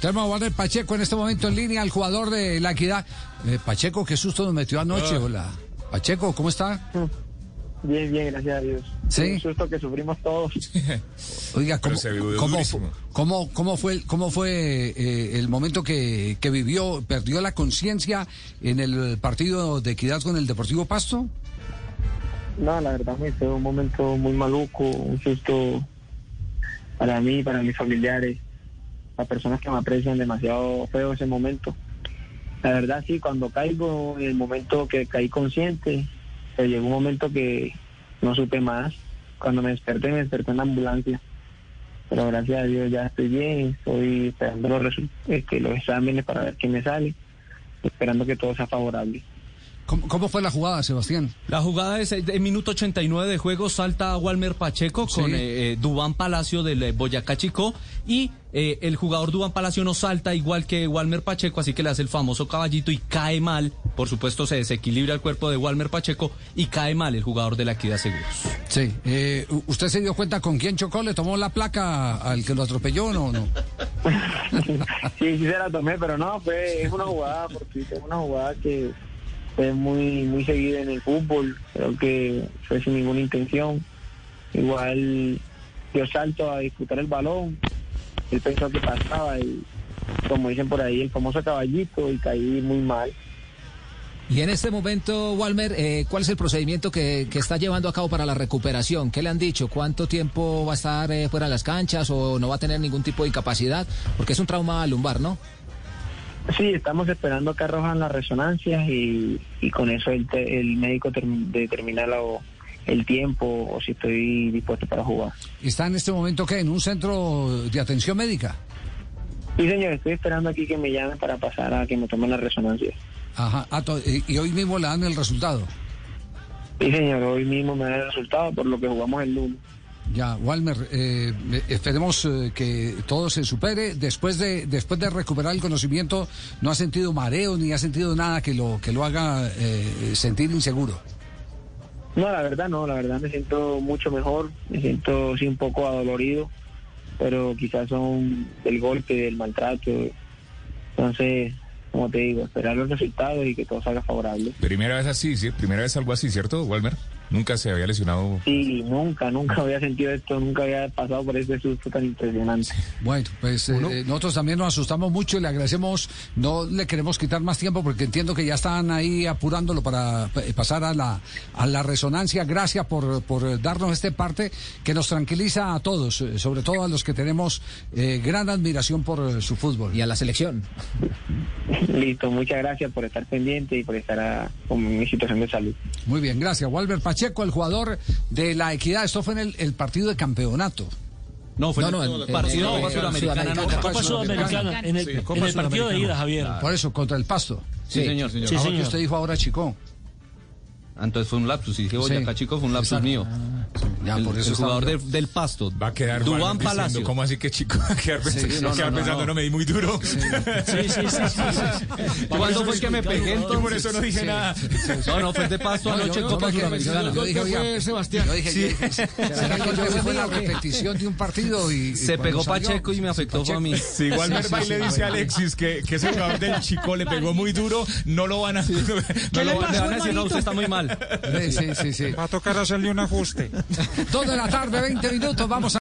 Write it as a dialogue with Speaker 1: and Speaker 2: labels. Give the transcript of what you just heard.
Speaker 1: Telmo Warner Pacheco en este momento en línea al jugador de la equidad. Eh, Pacheco, qué susto nos metió
Speaker 2: Ah.
Speaker 1: anoche, hola. Pacheco, ¿cómo está?
Speaker 3: Bien, bien, gracias a Dios.
Speaker 1: Sí.
Speaker 3: Un susto que sufrimos todos.
Speaker 1: Oiga, ¿cómo,
Speaker 2: Pero se vivió
Speaker 1: cómo,
Speaker 2: durísimo.
Speaker 1: cómo- cómo fue, el- cómo fue eh, el momento que, que vivió? ¿Perdió la conciencia en el partido de equidad con el Deportivo Pasto?
Speaker 3: No, la verdad me fue un momento muy maluco, un susto para mí, para mis familiares, las personas que me aprecian demasiado feo ese momento. La verdad sí, cuando caigo, en el momento que caí consciente, pero llegó un momento que no supe más. Cuando me desperté, me desperté en la ambulancia. Pero gracias a Dios ya estoy bien, estoy esperando los, resu- este, los exámenes para ver qué me sale, esperando que todo sea favorable.
Speaker 1: ¿Cómo, cómo fue la jugada, Sebastián?
Speaker 4: La jugada es en minuto 89 de juego, salta a Walmer Pacheco
Speaker 1: Sí.
Speaker 4: con eh, eh, Dubán Palacio del eh, Boyacá Chico y eh, el jugador Dubán Palacio no salta igual que Walmer Pacheco, así que le hace el famoso caballito y cae mal. Por supuesto se desequilibra el cuerpo de Walmer Pacheco y cae mal el jugador de la Equidad Seguros.
Speaker 1: Sí. eh, ¿u- ¿Usted se dio cuenta con quién chocó? ¿Le tomó la placa al que lo atropelló o no? no?
Speaker 3: sí, sí se la tomé, pero no, fue, es una jugada, porque es una jugada que fue muy, muy seguida en el fútbol, creo que fue sin ninguna intención. Igual yo salto a disputar el balón, él pensó que pasaba y como dicen por ahí, el famoso caballito y caí muy mal.
Speaker 5: Y en este momento, Walmer, eh, ¿cuál es el procedimiento que, que está llevando a cabo para la recuperación? ¿Qué le han dicho? ¿Cuánto tiempo va a estar eh, fuera de las canchas o no va a tener ningún tipo de incapacidad? Porque es un trauma lumbar, ¿no?
Speaker 3: Sí, estamos esperando que arrojan las resonancias y, y con eso el, te- el médico term- determina lo- el tiempo o si estoy dispuesto para jugar.
Speaker 1: ¿Está en este momento qué? ¿En un centro de atención médica?
Speaker 3: Sí, señor, estoy esperando aquí que me llamen para pasar a que me tomen la resonancia.
Speaker 1: Ajá. ah, to- y, y hoy mismo le dan el resultado.
Speaker 3: Sí, señor, hoy mismo me dan el resultado por lo que jugamos el lunes.
Speaker 1: Ya, Walmer, eh, esperemos eh, que todo se supere. Después de, después de recuperar el conocimiento, ¿no ha sentido mareo ni ha sentido nada que lo, que lo haga eh, sentir inseguro?
Speaker 3: No, la verdad no, la verdad me siento mucho mejor, me siento sí un poco adolorido, pero quizás son del golpe, del maltrato. Entonces, como te digo, esperar los resultados y que todo salga favorable.
Speaker 2: Primera vez así, ¿sí? Primera vez algo así, ¿cierto, Walmer? Nunca se había lesionado.
Speaker 3: Sí, nunca, nunca había sentido esto, nunca había pasado por este susto tan impresionante.
Speaker 1: Bueno, pues eh, eh, nosotros también nos asustamos mucho y le agradecemos. No le queremos quitar más tiempo porque entiendo que ya están ahí apurándolo para eh, pasar a la, a la resonancia. Gracias por, por eh, darnos este parte que nos tranquiliza a todos, eh, sobre todo a los que tenemos eh, gran admiración por eh, su fútbol.
Speaker 5: Y a la selección.
Speaker 3: Listo, muchas gracias por estar pendiente y por estar a- con mi situación de salud.
Speaker 1: Muy bien, gracias. Walter Pacheco, el jugador de la Equidad. Esto fue en el, el partido de campeonato.
Speaker 4: No, fue
Speaker 5: No,
Speaker 4: en
Speaker 5: no,
Speaker 4: el
Speaker 5: en- en-
Speaker 4: partido de
Speaker 5: en-
Speaker 4: Copa
Speaker 5: en-
Speaker 4: Sudamericana. no,
Speaker 5: Sudamericana.
Speaker 4: Copa
Speaker 1: Copa
Speaker 4: Sudamericana.
Speaker 6: Sudamericana, en el,
Speaker 2: Sí,
Speaker 6: en
Speaker 2: Copa
Speaker 6: el partido de
Speaker 4: Sudamericana.
Speaker 6: ida, Javier.
Speaker 1: Por eso, contra el Pasto.
Speaker 4: Sí, señor, señor.
Speaker 6: Sí,
Speaker 1: Ahora que
Speaker 6: señor.
Speaker 1: usted dijo ahora, chico.
Speaker 4: Entonces fue un lapsus, y dije Boyacá
Speaker 1: Sí.
Speaker 4: Chico fue un lapsus mío.
Speaker 1: Ya,
Speaker 4: el,
Speaker 1: por
Speaker 4: el
Speaker 1: eso
Speaker 4: jugador
Speaker 1: estaba-
Speaker 4: del, del Pasto.
Speaker 2: Va a quedar Walmer
Speaker 4: Dubán
Speaker 2: diciendo,
Speaker 4: Palacio.
Speaker 2: ¿Cómo así que chico? Va a quedar pens-
Speaker 1: Sí, no,
Speaker 2: va
Speaker 1: no,
Speaker 2: a quedar
Speaker 1: no,
Speaker 2: pensando,
Speaker 1: no.
Speaker 2: no, me di muy duro.
Speaker 6: Sí, sí, sí, sí, sí.
Speaker 4: ¿Cuándo fue que me pegué
Speaker 2: Yo por eso no dije
Speaker 1: Sí,
Speaker 2: nada.
Speaker 1: sí, sí, sí.
Speaker 4: No, no, fue de Pasto
Speaker 1: No,
Speaker 4: anoche
Speaker 1: yo-
Speaker 4: Copa
Speaker 1: yo me quedé
Speaker 4: Sudamericana.
Speaker 1: pensando, yo dije, oiga, pues,
Speaker 6: Sebastián.
Speaker 1: yo dije, yo- ¿será que yo fue la repetición de un partido y... y
Speaker 4: Se
Speaker 1: cuando
Speaker 4: pegó
Speaker 1: salió-
Speaker 4: Pacheco y me afectó fue a mí.
Speaker 2: Si Walmer va y le dice a Alexis que, que ese jugador del chico le pegó muy duro, no lo van a. no lo
Speaker 4: No,
Speaker 2: van a-
Speaker 4: le van a decir, no, usted está muy mal.
Speaker 1: Sí, sí, sí. sí.
Speaker 7: Va a tocar hacerle un ajuste.
Speaker 1: Dos de la tarde, 20 minutos, vamos a...